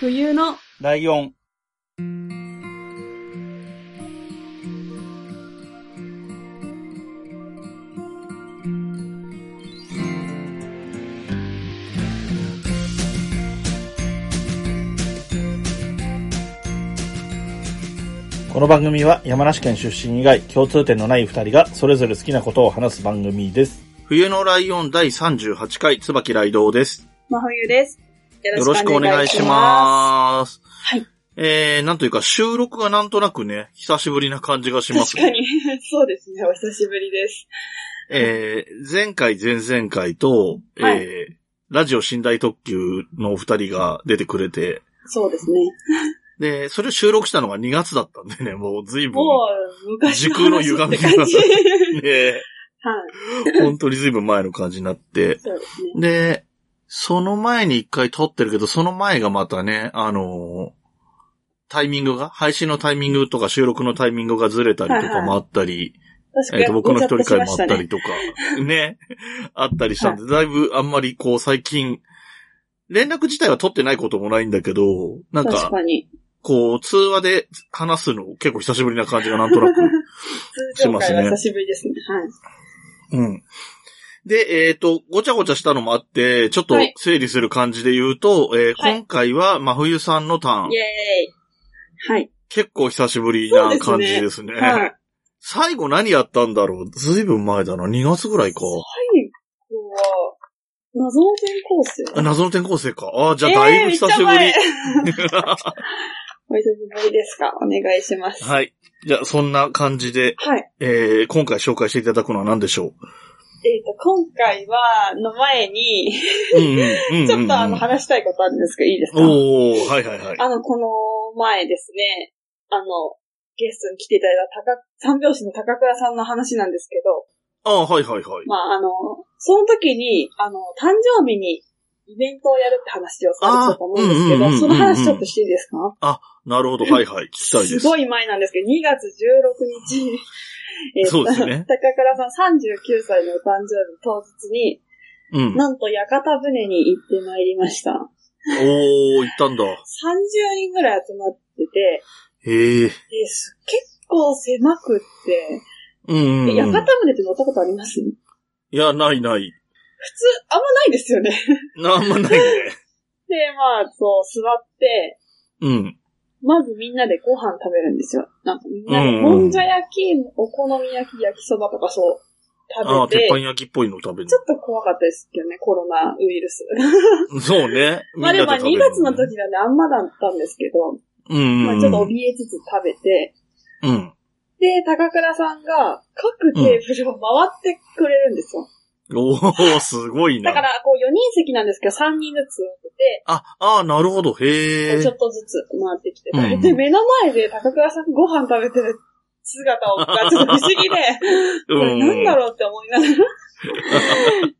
冬のライオン。この番組は山梨県出身以外共通点のない二人がそれぞれ好きなことを話す番組です。冬のライオン第38回椿雷道です。真冬です。よよろしくお願いしす。ます。はい。えー、なんというか収録がなんとなくね、久しぶりな感じがします。確かに、そうですね、お久しぶりです。えー、前回、前々回と、えーはラジオ寝台特急のお二人が出てくれて、そうですね。で、それ収録したのが2月だったんでね、もう随分、もう、昔話時空の歪みって感じはい。 ね、本当に随分前の感じになって、そうですね。で、その前に一回撮ってるけど、その前がまたね、あのータイミングが、配信のタイミングとか収録のタイミングがずれたりとかもあったり、確かえっ、に、と、僕の一人会ごもあちっゃとしましたたりね。とか、ね、あったりしたんで、だいぶあんまりこう最近、連絡自体は取ってないこともないんだけど、なん確か、かに。こう、通話で話すの結構久しぶりな感じがなんとなく。通常します会ねは久しぶりですね。はい。うん。で、えっ、と、ごちゃごちゃしたのもあって、ちょっとはい整理する感じで言うと、えーはい今回は真冬さんのタイェ、ーンーイ。はい。結構久しぶりな感じですね。はい。最後何やったんだろうずいぶん前だな。2月ぐらいか。今日は、謎の転校生。あ謎の転校生か。ああ、じゃあだいぶ久しぶり。えーめっちゃ前 お久しぶりですかお願いします。はい。はい。じゃあ、そんな感じで、えー、今回紹介していただくのは何でしょえっ、と、今回は、の前に、 ううんうんうんうん。ちょっとあの話したいことあるんですけど、いいですかおー、はいはいはい。あの、この前ですね、あの、ゲストに来ていただいた高、三拍子の高倉さんの話なんですけど、ああ、はいはいはい。まあ、あの、その時に、あの、誕生日にイベントをやるって話をされてたと思うんですけあーうんうんうんうんうど、んその話ちょっとしていいですかなるほど、はいはい。聞きたいです。すごい前なんですけど、2月16日、えーそうですね 高倉さん39歳のお誕生日当日に、うん。なんと屋形船に行ってまいりました。30おー、行ったんだ。人ぐらい集まってて、へえ。です結構狭くって、うんうんうえ屋ん。形船って乗ったことあります普通、いや、ないない。あんまないですよね。 あんまないね。で、まあ、そう、座って、うん。まずみんなでご飯食べるんですよ。なんかみんなうんうで、んもんじゃ焼き、お好み焼き、焼きそばとかそう、ああ、食べ鉄て、板焼きっぽいの食べるちょっと怖かったですけどね、コロナウイルス。の。そうね。 まあでも2みん月なで食べるの時なんであんまだったんですけど、うんうんまうあん。ちょっと怯えつつ食べて、うん。で、高倉さんが各テーブルを回ってくれるんですよ。おー、すごいだかな。ら、こう4人席なんですけど3人ずつ座ってて、あ、ああ、なるほど。へえちょ。っとずつ回ってきて、うんで、目の前で高倉さんご飯食べてる姿を、がちょっと不思 議で、これなんだろうって思いながら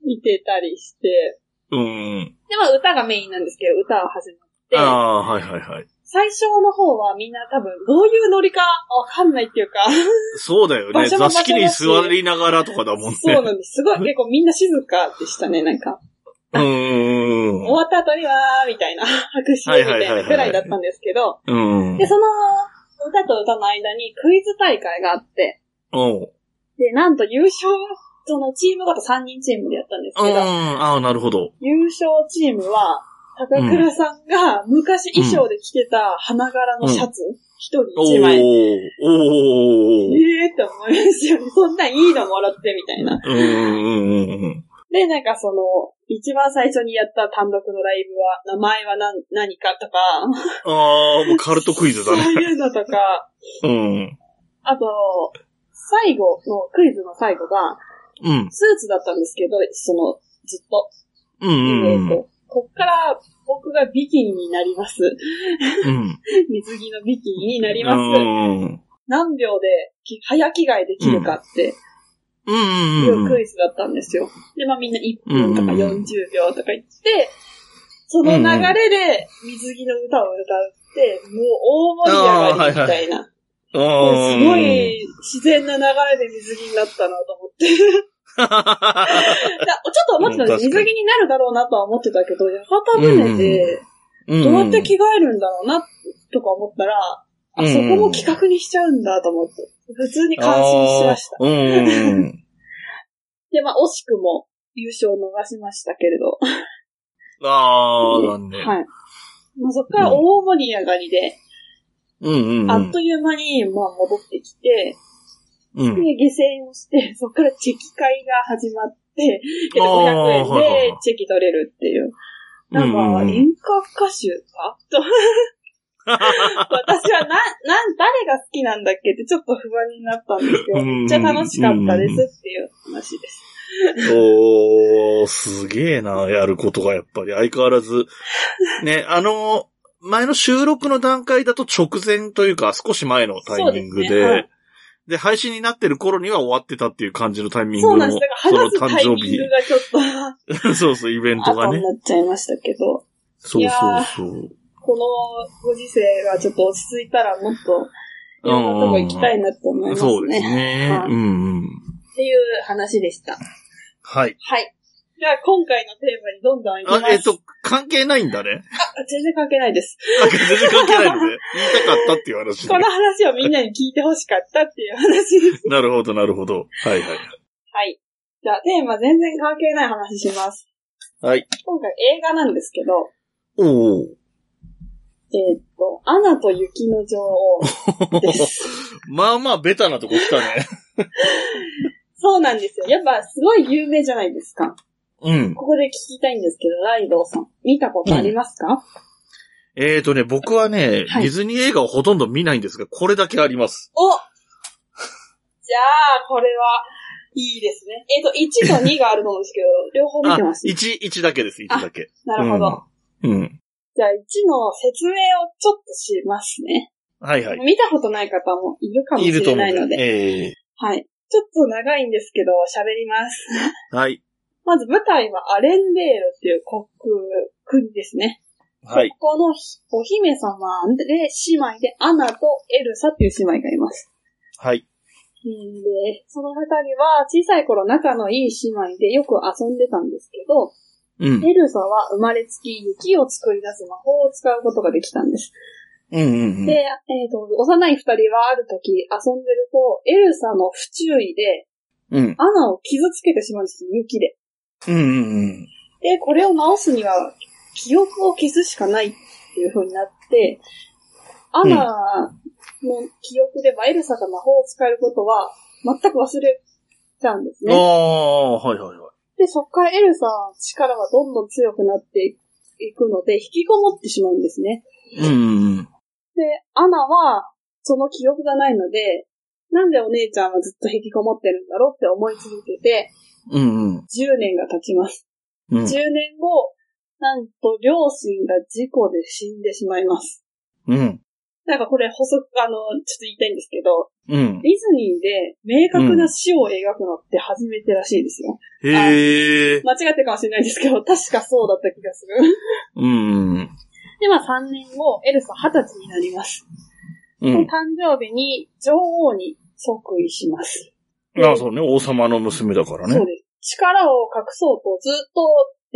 見てたりして、うん。うん。で、まあ歌がメインなんですけど、歌を始あまって、あ、はいはいはい。最初の方はみんな多分どういうノリかわかんないっていうか、 そうだよ場ね。所も座敷に座りながらとかだもんね。そうなんです。すごい結構みんな静かでしたね、なんか。うー終わった後にはーみたいな、拍手みたいなぐらいだったんですけど、ん。うんで、。その歌と歌の間にクイズ大会があって、おうで、なんと優勝、そのチームごと3人チームでやったんですうけど、ん。ああ、なるほど。優勝チームは、高倉さんが昔衣装で着てた花柄のシャツ、一、お人一枚。えーおーえーって思いますよね。 そんなんいいのもらってみたいな。うんうんうんうん。で、なんかその、一番最初にやった単独のライブは、名前は何何かとか、ああ、もうカルトクイズそだうね。いうのとか、うん。あと、最後の、クイズの最後が、うん。スーツだったんですけど、その、ずっと。うんうえっんうん。と、こっから僕がビキニになります。 うん。水着のビキニになりうます。んうん何秒でき早着替えできるかってうんいうんううクん。イズだったんですよ。で、まあみんな1分とかうんうんうん40秒とか言って、その流れで水着の歌を歌って、もう大盛り上がりみたいな。あもうーすごい。自然な流れで水着になったなと思っ て。だちょっと思ってたんです。うん確か水に着になるだろうなとは思ってたけど、屋形船で、うんどうやって着替えるんだろうな、とか思ったら、あうんそこも企画にしちゃうんだと思って、普通に感心しました。あーうんうん。で、まあ、惜しくも優勝を逃しましたけれど。ああ、なんで。はい。まあ、そこから大盛り上がりで、うんうんあうっん。という間に、まあ、戻ってきて、うで、ん。下船をして、そこからチェキ会が始まって、で、あー500円はいはいでチェキ取れるっていう。うなんか、んうん演歌歌手か と。私はな、なん、誰が好きなんだっけってちょっと不安になったんですけうど、んうんめっちゃ楽しかったですっていう話です。おー、すげえな、やることがやっぱり相変わらず。ね、あの、前の収録の段階だと直前というか少し前のタイミングで、そでうですねはい配信になってる頃には終わってたっていう感じのタイミンそうグなんでのす。、だから話すタイミングがちょっと、 そうそう、イベントが後にね。なっちゃいましたけど、そいうやそうーそう。このご時世がちょっと落ち着いたらもっと、いろんなとこ行きたいなって思いますね。そうですね。はいうんうん。っていう話でした。はい。はい。じゃあ今回のテーマにどんどん行きあま、す。えっと、関係ないんだね。あ全然関係ないです。なんか全然 関係ないのね。言いたかったっていう話でこの話をみんなに聞いてほしかったっていう話です。なるほど、なるほど。はい はい。はい。じゃあテーマ全然関係ない話します。はい。今回映画なんですけど、おー。えーっと、アナと雪の女王 です。まあまあ、ベタなとこ来たね。そうなんですよ。やっぱすごい有名じゃないですか。 うん。ここで聞きたいんですけど、ライドウさん、見たことありますか、えーとね、僕はね、はいディズニー映画をほとんど見ないんですが、これだけあります。おじゃあ、これは、いいですね。えっ、と、1と2があると思うんですけど、両方見あ、てます。 1、1だけです、1だけ。なるほど。うん。うん。じゃあ、1の説明をちょっとしますね。はいはい。見たことない方もいるかもしいるとれ思ないうのんで。で。えはい。ちょっと長いんですけど、喋ります。ー。はい。まず舞台はアレンデールっていう国、国ですね。はい。ここのお姫様で、姉妹でアナとエルサっていう姉妹がいます。はい。うんで、その二人は小さい頃仲のいい姉妹でよく遊んでたんですけど、うん。エルサは生まれつき雪を作り出す魔法を使うことができたんです。うんうんで、えっ、と、幼い二人はある時遊んでると、エルサの不注意で、うん。うん。アナを傷つけてしまうんですよ、雪で。うんうんうん。で、これを直すには、記憶を消すしかないっていう風になって、アナの記憶ではエルサが魔法を使えることは全く忘れちゃうんですあね。あ、はいはいはい。で、そこからエルサの力はどんどん強くなっていくので、引きこもってしまうんですね。うんうんうん。で、アナは、その記憶がないので、なんでお姉ちゃんはずっと引きこもってるんだろうって思い続けて、うんうん10年が経ちます。う10ん。年後、なんと両親が事故で死んでしまいます。うん。なんかこれ補足、あの、ちょっと言いたいんですけど、うん。ディズニーで明確な死を描くのって初めてらしいですよ。へえ。間違ってるかもしれないですけど、確かそうだった気がする。うんうん で、まあ3年後、エルサ20歳になります。うでん。誕生日に女王に即位します。うん。あそうね、王様の娘だからそうね。です。力を隠そうとずっと、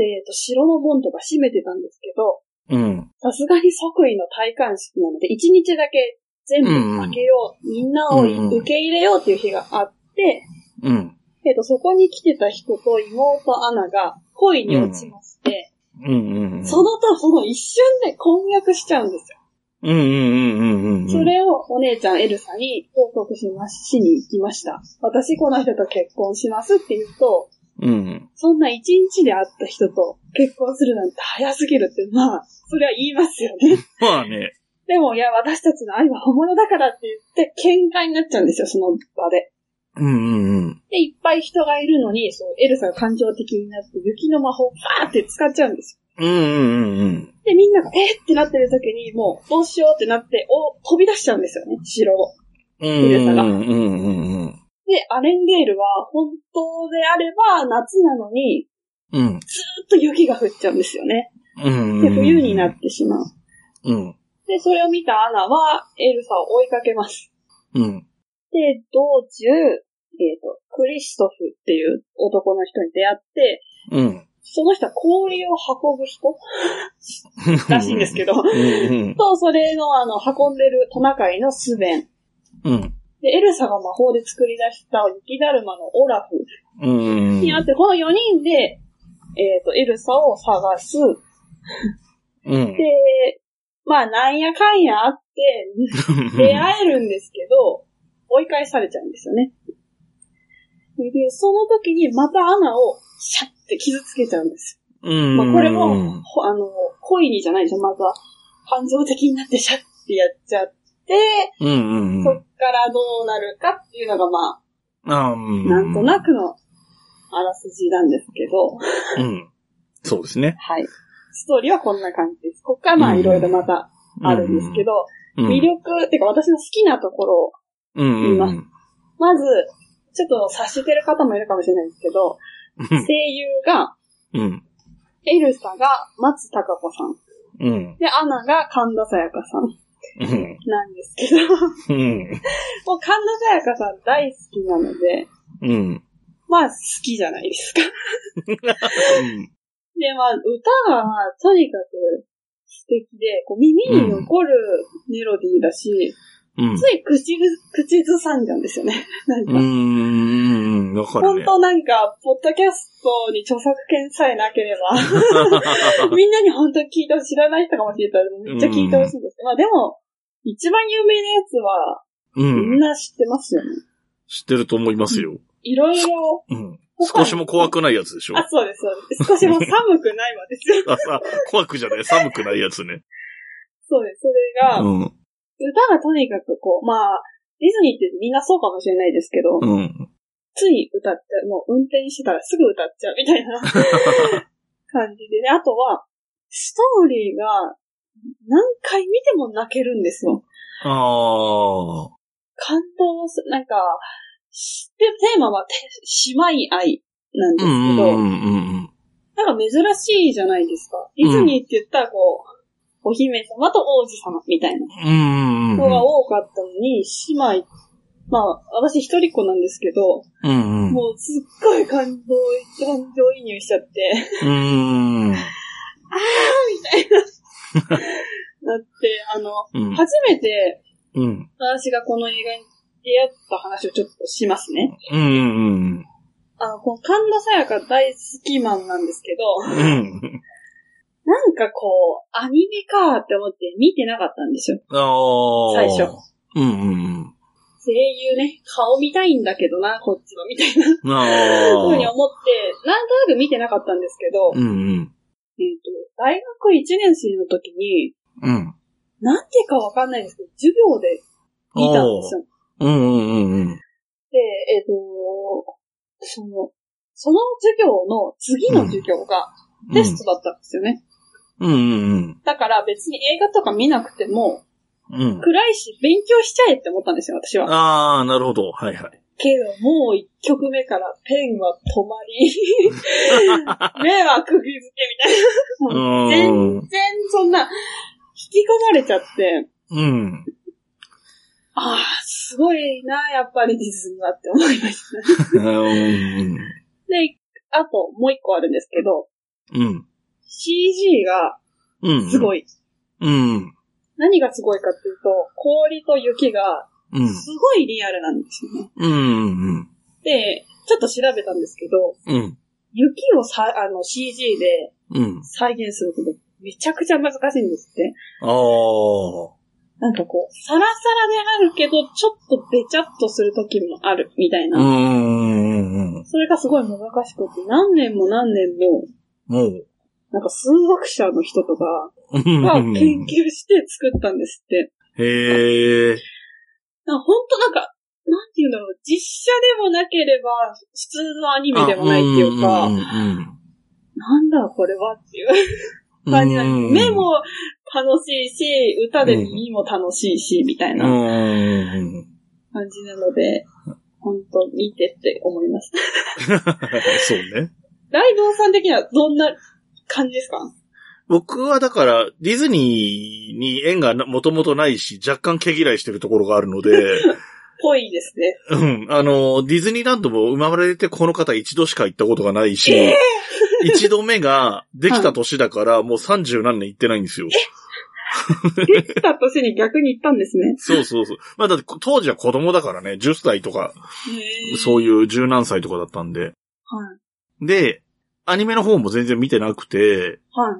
えっ、と、城の門とか閉めてたんですけど、うん。さすがに即位の戴冠式なので、1日だけ全部開けよう、みんなをうんうん受け入れようっていう日があって、うん。えっ、と、そこに来てた人と妹アナが恋に落ちまして、うんうんうん。そのとその一瞬で婚約しちゃうんですようんうんうんうんうん。それをお姉ちゃんエルサに報告します、しに行きました。私この人と結婚しますって言うと、うん。そんな一日で会った人と結婚するなんて早すぎるって、まあ、それは言いますよ ね。まあね。でも、いや、私たちの愛は本物だからって言って、喧嘩になっちゃうんですよ、その場で。うんうんうん。で、いっぱい人がいるのに、そう、エルサが感情的になって、雪の魔法をバーって使っちゃうんですよ。うんうんうんで、みんなが、えーってなってる時に、もう、どうしようってなって、お、飛び出しちゃうんですよね、城を。うん。うんうんうんうんうん。で、アレンデールは本当であれば夏なのに、うん。ずっと雪が降っちゃうんですよね。うん。で、冬になってしまう。うん。で、それを見たアナはエルサを追いかけます。うん。で、道中、えっ、と、クリストフっていう男の人に出会って、うん。その人は氷を運ぶ 人らしいんですけど、ど。うんと、それの、あの、運んでるトナカイのスベン。うん。うん。で、エルサが魔法で作り出した雪だるまのオラフうん。にあって、この4人で、えっ、と、エルサを探す。うんで。、まあ、なんやかんやあって、出会えるんですけど、追い返されちゃうんですよね。で、その時にまたアナをシャッて傷つけちゃうんですうん。よ。まあ、これも、ほあの、恋にじゃないでしょ、まずは。感情的になってシャッてやっちゃって、うん、うん。そっからどうなるかっていうのが、まああ、なんとなく。くのあらすじなんですけど、うん。そうですね。はい。ストーリーはこんな感じです。こっからまあ、いろいろまたあるんですけど、ど魅力、ってか私の好きなところをうん、うんうん。まず、ちょっと察してる方もいるかもしれないんですけど、声優が、うん。エルサが松たか子さん。うん。で、アナが神田沙也加さんうん。なんですけど、 うん。もう神田沙也加さん大好きなので、うん。まあ好きじゃないですか。で、まあ歌がまあとにかく素敵で、こう耳に残るメロディーだし、うん。つい口ぐ、口ずさんじゃうんですよね。 なんかう。ん。わかる本ね。当なんか、ポッドキャストに著作権さえなけれ ば、みんなに本当に聞いてほしい知らない人かもしれないけどめっちゃ聞いてほしいんですけど、まあでも、一番有名なやつは、うみんん。な知ってますよね。知ってると思いますよ。いろいろ、うん。他少にしも怖くないやつでしょあ、そうです、そう です。少しも寒くないわですよ。 あさ、怖くじゃない、寒くないやつね。そうです。それが、うん。歌がとにかくこう、まあ、ディズニーってみんなそうかもしれないですけど、うん。つい歌っちゃう、もう運転してたらすぐ歌っちゃうみたい な感じでね。あとは、ストーリーが何回見ても泣けるんですよ。ああ。感動する、なんか、しで、テーマはて姉妹愛なんでうすんけうど、んうんなんか珍しいじゃないですか。ディズニーって言ったらこう、お姫様と王子様みたいなうん。うん。子が多かったのに、姉妹、まあ、私一人っ子なんですけど、うんうん。もうすっごい感動、感情移入しちゃって、うん。だって、あの、うん。初めてうん。私がこの映画に出会った話をちょっとしますね。うん。あの、この神田沙也加大好きマンなんですけど、うん。なんかこう、アニメかって思って見てなかったんですよ。ああ。。うんうん声優ね、顔見たいんだけどな、こっちの、みたいなうん。あふうにあ。思って、なんとなく見てなかったんですけど、うんうん。えっと、大学1年生の時に、うん。なんでかわかんないんですけど、授業で見たんですよ。うんうんうん。で、えっ、と、その、その授業の次の授業がテストだったんですよね。うんうんだから別に映画とか見なくても、うん。うん。暗いし勉強しちゃえって思ったんですよ、私は。ああ、なるほど。はいはい。けど、もう一曲目からペンは止まり、目は釘付けみたいな。う全ん。然そんな、引き込まれちゃって、うん。ああ、すごいな、やっぱりディズニーはって思いました。うん。で、あともう一個あるんですけど、うん。 CG がうん。すごい。い。うん。何がすごいかっていうと、氷と雪がうん。すごいリアルなんですよね。うん。で、ちょっと調べたんですけど、うん。雪をさあの CG でうん。再現することめちゃくちゃ難しいんですって。ああ。なんかこう、サラサラであるけど、ちょっとべちゃっとする時もあるみたいな。うん。うん。それがすごい難しくて、何年も何年も、もう。なんか数学者の人とかが研究して作ったんですって。へえ。なんか本当なんか、なんて言うんだろう、実写でもなければ、普通のアニメでもないっていうか、なんだこれはっていう感じなんです。目も楽しいし、歌で耳も楽しいし、みたいうん。う。なん感じなので、本当見てって思いました。 そうね。ライドウさん的にはどんな感じですか僕はだから、ディズニーに縁がもともとないし、若干毛嫌いしてるところがあるので、 ぽいですね。うん。あの、ディズニーランドも生まれてこの方一度しか行ったことがないし、え一度目ができた年だから、もう三十何年行ってないんですよ。できた年に逆に行ったんですね。そうそうそう。まあだって当時は子供だからね、10歳とか、へーそういう十何歳とかだったんで。はい。で、アニメの方も全然見てなくて、は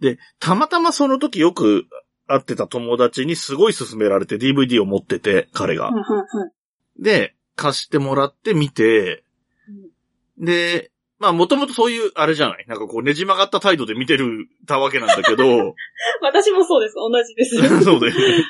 い。で、たまたまその時よく会ってた友達にすごい勧められて DVD を持ってて、彼がはい。。はい。はい。で、貸してもらって見て、で、まあもともとそういう、あれじゃないなんかこうねじ曲がった態度で見てる、たわけなんだけど、私もそうです。同じ です。はい。そうだよね。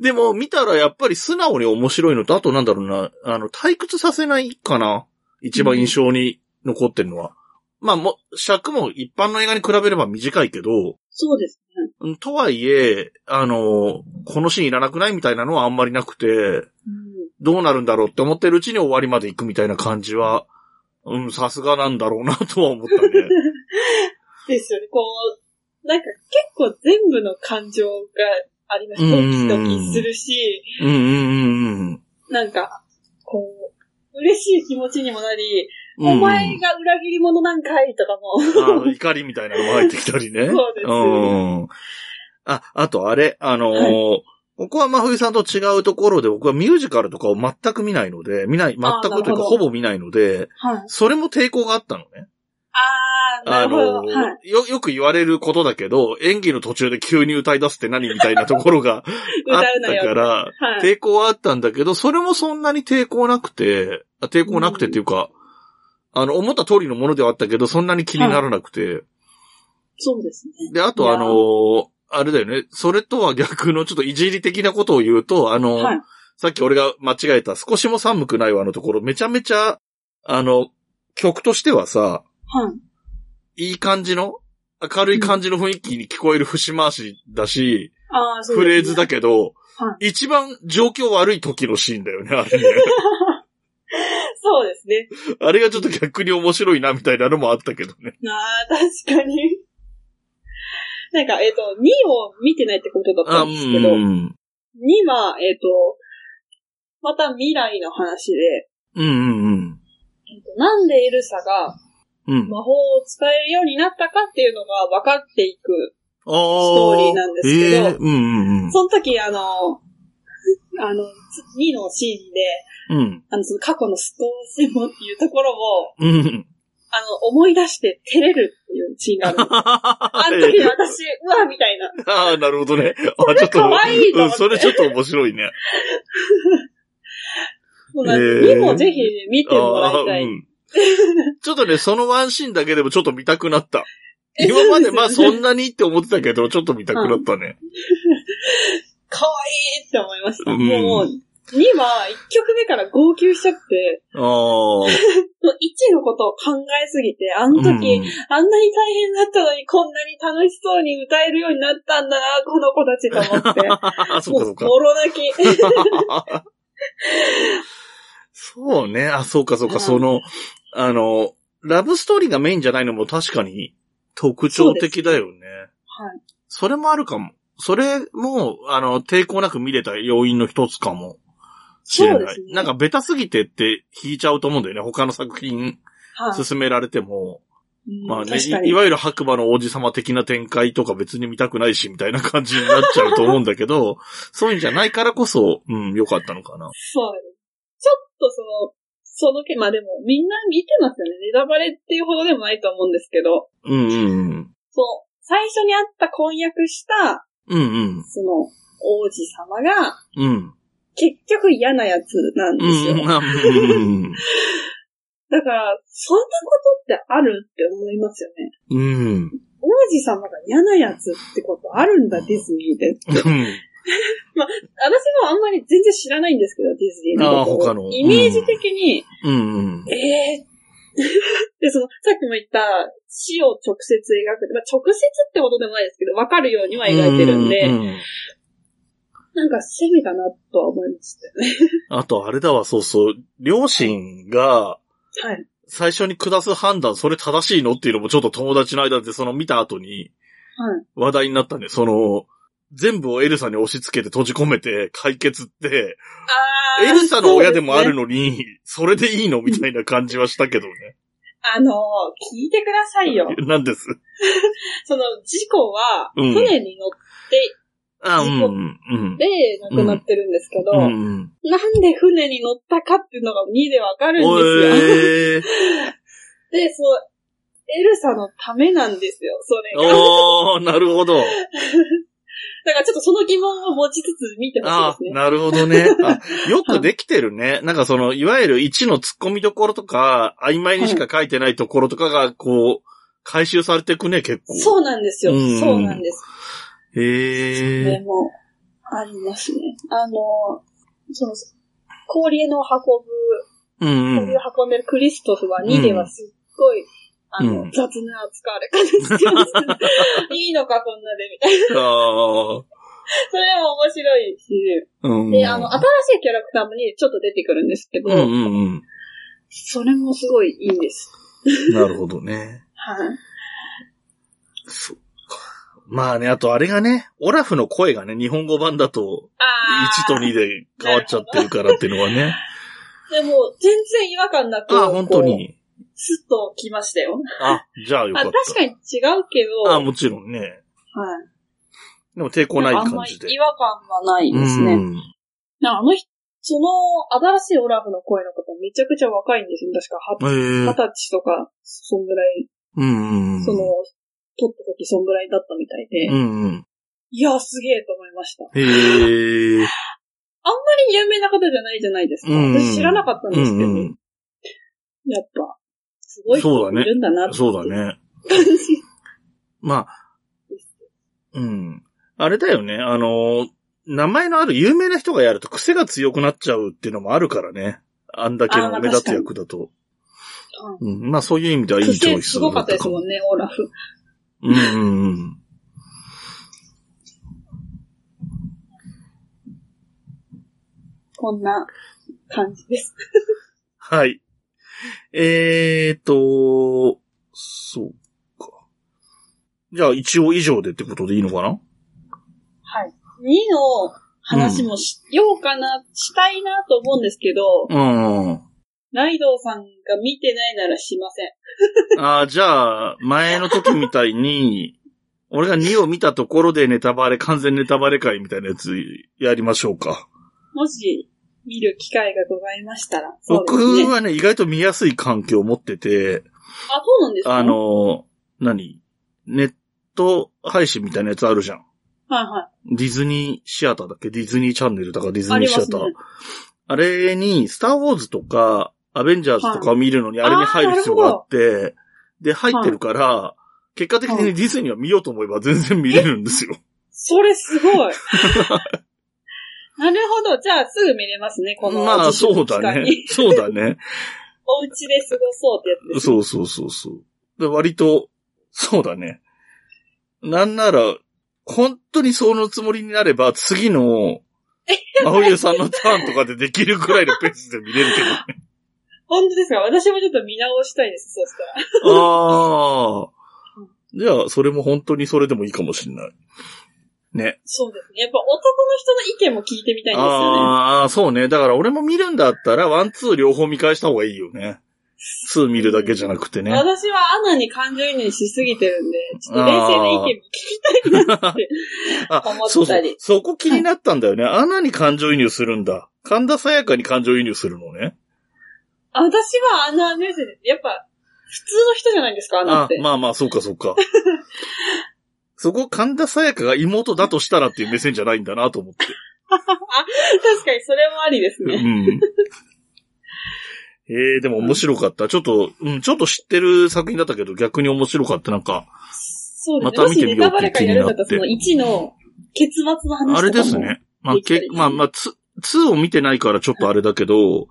でも見たらやっぱり素直に面白いのと、あとなんだろうな、あの、退屈させないかな。一番印象に残ってるのは。まあも、尺も一般の映画に比べれば短いけど、そうですね。うんとはいえ、あの、このシーンいらなくないみたいなのはあんまりなくて、うんどうなるんだろうって思ってるうちに終わりまで行くみたいな感じは、うん、さすがなんだろうなとは思 ったね。ですよね。こう、なんか結構全部の感情があります。うんドうんうキんドキするし、うんうんうんなんか、こう、嬉しい気持ちにもなり、うん。お前が裏切り者なんかいとかも。あの、怒りみたいなのも入ってきたり ね。そうですん。あ、あとあれ、あのーここは真冬さんと違うところで、僕はミュージカルとかを全く見ないので、見ない、あー全くとないうるほかどほぼ見ないので、はい。それも抵抗があったのね。あー、なあるほど。のーはい。よ、よく言われることだけど、演技の途中で急に歌い出すって何みたいなところがあ 歌っうなたかよ。ら、はい。抵抗はあったんだけど、それもそんなに抵抗なくて、あ抵抗なくてっていうか、あの、思った通りのものではあったけど、そんなに気にならなくて。そうですね。で、あとあのーあれだよね。それとは逆のちょっといじり的なことを言うと、あのーはいさっき俺が間違えた少しも寒くないわのところ、めちゃめちゃ、あの、曲としてはさ、はい。いい感じの、明るい感じの雰囲気に聞こえる節回しだし、あー、そうですねフレーズだけど、は一番状況悪い時のシーンだよね、あれね。 そうですね。あれがちょっと逆に面白いな、みたいなのもあったけどね。なあ、確かに。なんか、えっ、と、2を見 てないってことだったんですけど、2ん。は、えっ、と、また未来の話で、うんうんえっとなんでエルサがうん。うん。魔法を使えるようになったかっていうのが分かっていく。あーストーリーなんですけどえーうんうんうん。その時、あの、あの、2のシーンで、うん。あの、その過去のストーリーもっていうところを、うん。あの、思い出して照れるっていうシーンが あるんです。あの時私、うわ、みたいな。ああ、なるほどね。あ、ちょっと、可愛いと思うっん、てそれちょっと面白いね。 もうなんかへー2もぜひ見てもらいたい。あーうんちょっとね、そのワンシーンだけでもちょっと見たくなった。今までまあそんなにって思ってたけど、ちょっと見たくなっ たね。可愛いって思いました。うんもう、2は1曲目から号泣しちゃって、ああ。 1のことを考えすぎて、あの時、うんあんなに大変だったのにこんなに楽しそうに歌えるようになったんだな、この子たちと思って。 あそっ かそっかも。うボロ泣き。そうね。あ、そうかそううか。んその、あの、ラブストーリーがメインじゃないのも確かに特徴的だよね。はい。それもあるかも。それも、あの、抵抗なく見れた要因の一つかもしれそうでない。すね。なんか、ベタすぎてって引いちゃうと思うんだよね。他の作品はい、勧められても。うんまあね確かい、いに。わゆる白馬の王子様的な展開とか別に見たくないし、みたいな感じになっちゃうと思うんだけど、 そういうんじゃないからこそ、うん、良かったのかな。そうです。ちょっとその、その件、まあでも、みんな見てますよね。ネタバレっていうほどでもないと思うんですけど、うんうんそう、最初にあった婚約した、うん。うんうん。その、王子様が、うん。結局嫌なやつなんでうすよ。ん。あうんだから、そんなことってあるって思いますよね。うん。王子様が嫌なやつってことあるんだ、ディズニー で。うん。私もあんまり全然知らないんですけど、ディズニーのことをあー他のイメージ的に、うん。ええー。で、その、さっきも言った、死を直接描く。まあ、直接ってことでもないですけど、わかるようには描いてるんで、ううんなんか攻めだなとは思いましたよね。あと、あれだわ、そうそう。両親がはい。最初に下す判断、それ正しいのっていうのもちょっと友達の間でその見た後にはい。話題になったね。その、全部をエルサに押し付けて閉じ込めて解決って、あーエルサの親でもあるの。のに、それでいいのみたいな感じはしたけどね。あの、聞いてくださ いよ。なんです。その、事故は、うん船に乗って、あ、うん、うん。で、亡くなってるんですけど、うん。なんで船に乗ったかっていうのが2でわかるんおですよ。えー。で、そう、エルサのためなんですよ、それが。おー、なるほ ど。だからちょっとその疑問を持ちつつ見てほしあいですね。なるほ どね。あよくできてるね。なんかその、いわゆる1の突っ込みどころとか、曖昧にしか書いてないところとかが、こう、回収されていくね、結構。そうなんですよ。うんそうなんです。そへれえ。もありますね。あの、その、氷の運ぶうんう。こういうん運んでるクリストフは2ではすっごい、あの、うん雑な扱われ方してます。 いいのか、こんなで、みたいな。ああ。それも面白いし。うん。で、あの、新しいキャラクターも2ちょっと出てくるんですけど、うんうんそれもすごいいいんです。うん。なるほどね。はい。そうか。まあね、あとあれがね、オラフの声がね、日本語版だと、あ1と2で変わっちゃってるからっていうのはね。ーでも、全然違和感なく、あ本当こう。に。スッと来ましたよ。あ、じゃあよまかあ、った。確かに違うけど、あはい。もちろんね。でも抵抗ないんかあん感まりじで。違和感がないですうね。んなんかあの人、その、新しいオラフの声の方、めちゃくちゃ若いんですよ。確か、はええ二十歳とか、そんぐらい、うんうん。その、撮った時そんぐらいだったみたいで、うんうん。いや、すげえと思いました。あんまへえ。り有名な方じゃないじゃないですか。うん私知らなかったんうですけど、んやっぱ、すごい人がいるんだうなっん。てそうだね。感じ。まあ、うん。あれだよね。あの、名前のある有名な人がやると癖が強くなっちゃうっていうのもあるからね。あんだけの目立つ役だと。うん、まあそういう意味ではいいチョ癖イスすだごかっったでたすかもも。んね、オラフ。うんうんうん。こんな感じです。はい。えーと、そうか。じゃあ一応以上でってことでいいのかなはい。2の話もしようかな、したいなと思うんですけど、うん。ライドウさんが見てないならしません。ああ、じゃあ、前の時みたいに、俺が2を見たところでネタバレ、完全ネタバレ会みたいなやつやりましょうか。もし、見る機会がございましたら。そうで僕すね。はね、意外と見やすい環境を持ってて、あ、そうなんですかあ、の、何ネット配信みたいなやつあるじゃん。はいはい。ディズニーシアターだっけディズニーチャンネルだからディズあニりーシまアすター。ねあ,、れに、スターウォーズとか、アベンジャーズとかを見るのに、あれに入る必要があって、で、入ってるから、結果的はにいディズニーは見ようと思えば全然見れるんですよ。それす ごい。なるほど。じゃあ、すぐ見れますね、この。まあ、そうだね。そうだね。お家で過ごそうってやつです。そうそうそうそう。で割と、そうだね。なんなら、本当にそのつもりになれば、次の、青湯さんのターンとかでできるくらいのペースで見れるけどね。本当ですか私もちょっと見直したいです、そうしたら。ああ。じゃあ、それも本当にそれでもいいかもしれない。ね。そうですね。やっぱ男の人の意見も聞いてみたいんですよね。ああ、そうね。だから俺も見るんだったら、ワン、ツー両方見返した方がいいよね。ツー見るだけじゃなくてね。私はアナに感情移入しすぎてるんで、ちょっと冷静な意見も聞あ思ったりそうそう。そこ気になったんだよね。アナに感情移入するんだ。神田沙也加に感情移入するのね。あ私はアナ目線です。やっぱ、普通の人じゃないですか、アナっあて。、まあまあ、そうかそ うか。そこ神田沙也加が妹だとしたらっていう目線じゃないんだなと思って。確かにそれもありですうね。ん。 ええでも面白かった。ちょっと、うん、ちょっと知ってる作品だったけど、逆に面白かった。なんか、そうですね。またも見てしみようネタバレ会やるんだったら、気にそなの1っの結末の話とかも。あれですね。まあ、できたけらいいねまあまあ、ツ2を見てないからちょっとあれだけど、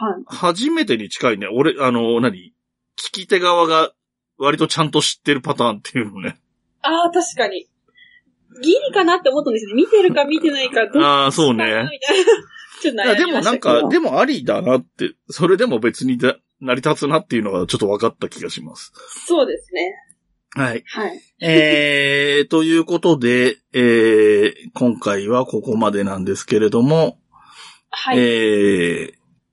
はい。初めてに近いね。俺、あの、何聞き手側が割とちゃんと知ってるパターンっていうのね。ああ、確かに。ギリかなって思ったんですけど、見てるか見てないか、どっちかああ、そう ねな。みたいな。ちょっとい悩や、みでもましたけなんどか、でもありだなって、それでも別にだ成り立つなっていうのがちょっと分かった気がします。そうですね。はい。はい。えー、ということで、えー、今回はここまでなんですけれども、はい。えー、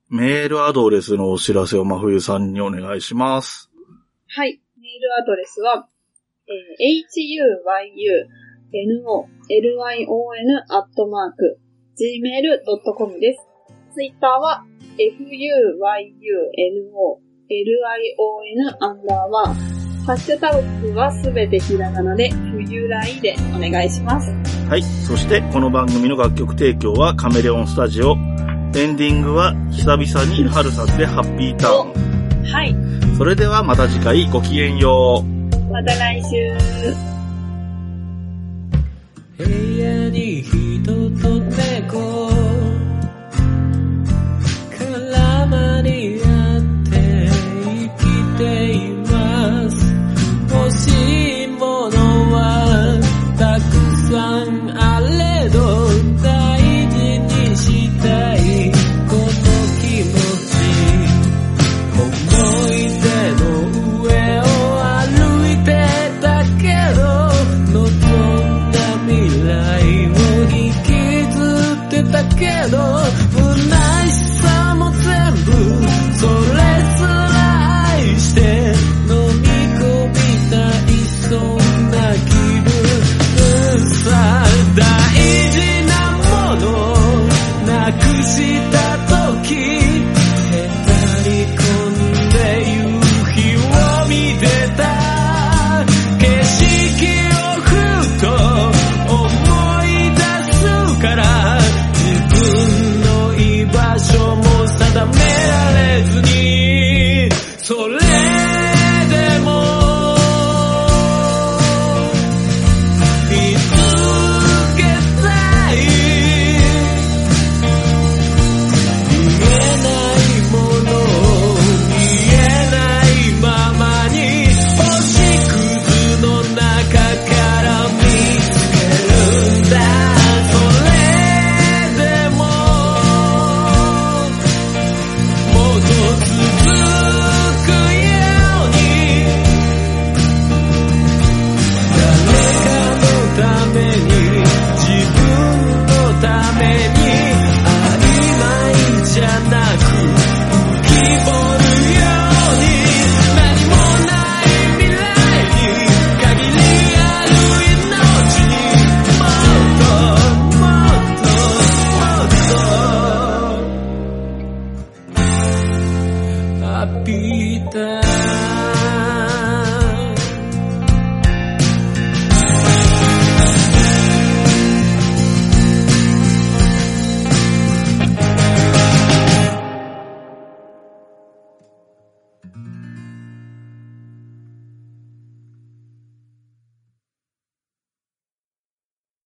メールアドレスのお知らせを真冬さんにお願いします。はい。メールアドレスは、えー、huyunolion アットマーク、gmail.com です。ツイッターは、fuyunolion アンダーバー、ハッシュタグはすべてひらがなで、冬来でお願いします。はい。そして、この番組の楽曲提供はカメレオンスタジオ。エンディングは久々に春札でハッピーターン。はい。それではまた次回ごきげんよう。また来週。部屋に人と猫絡まり合って生きています欲しいものはたくさんあれど大事にしたいこの気持ち思い出の上を歩いてたけど望んだ未来を引きずってたけど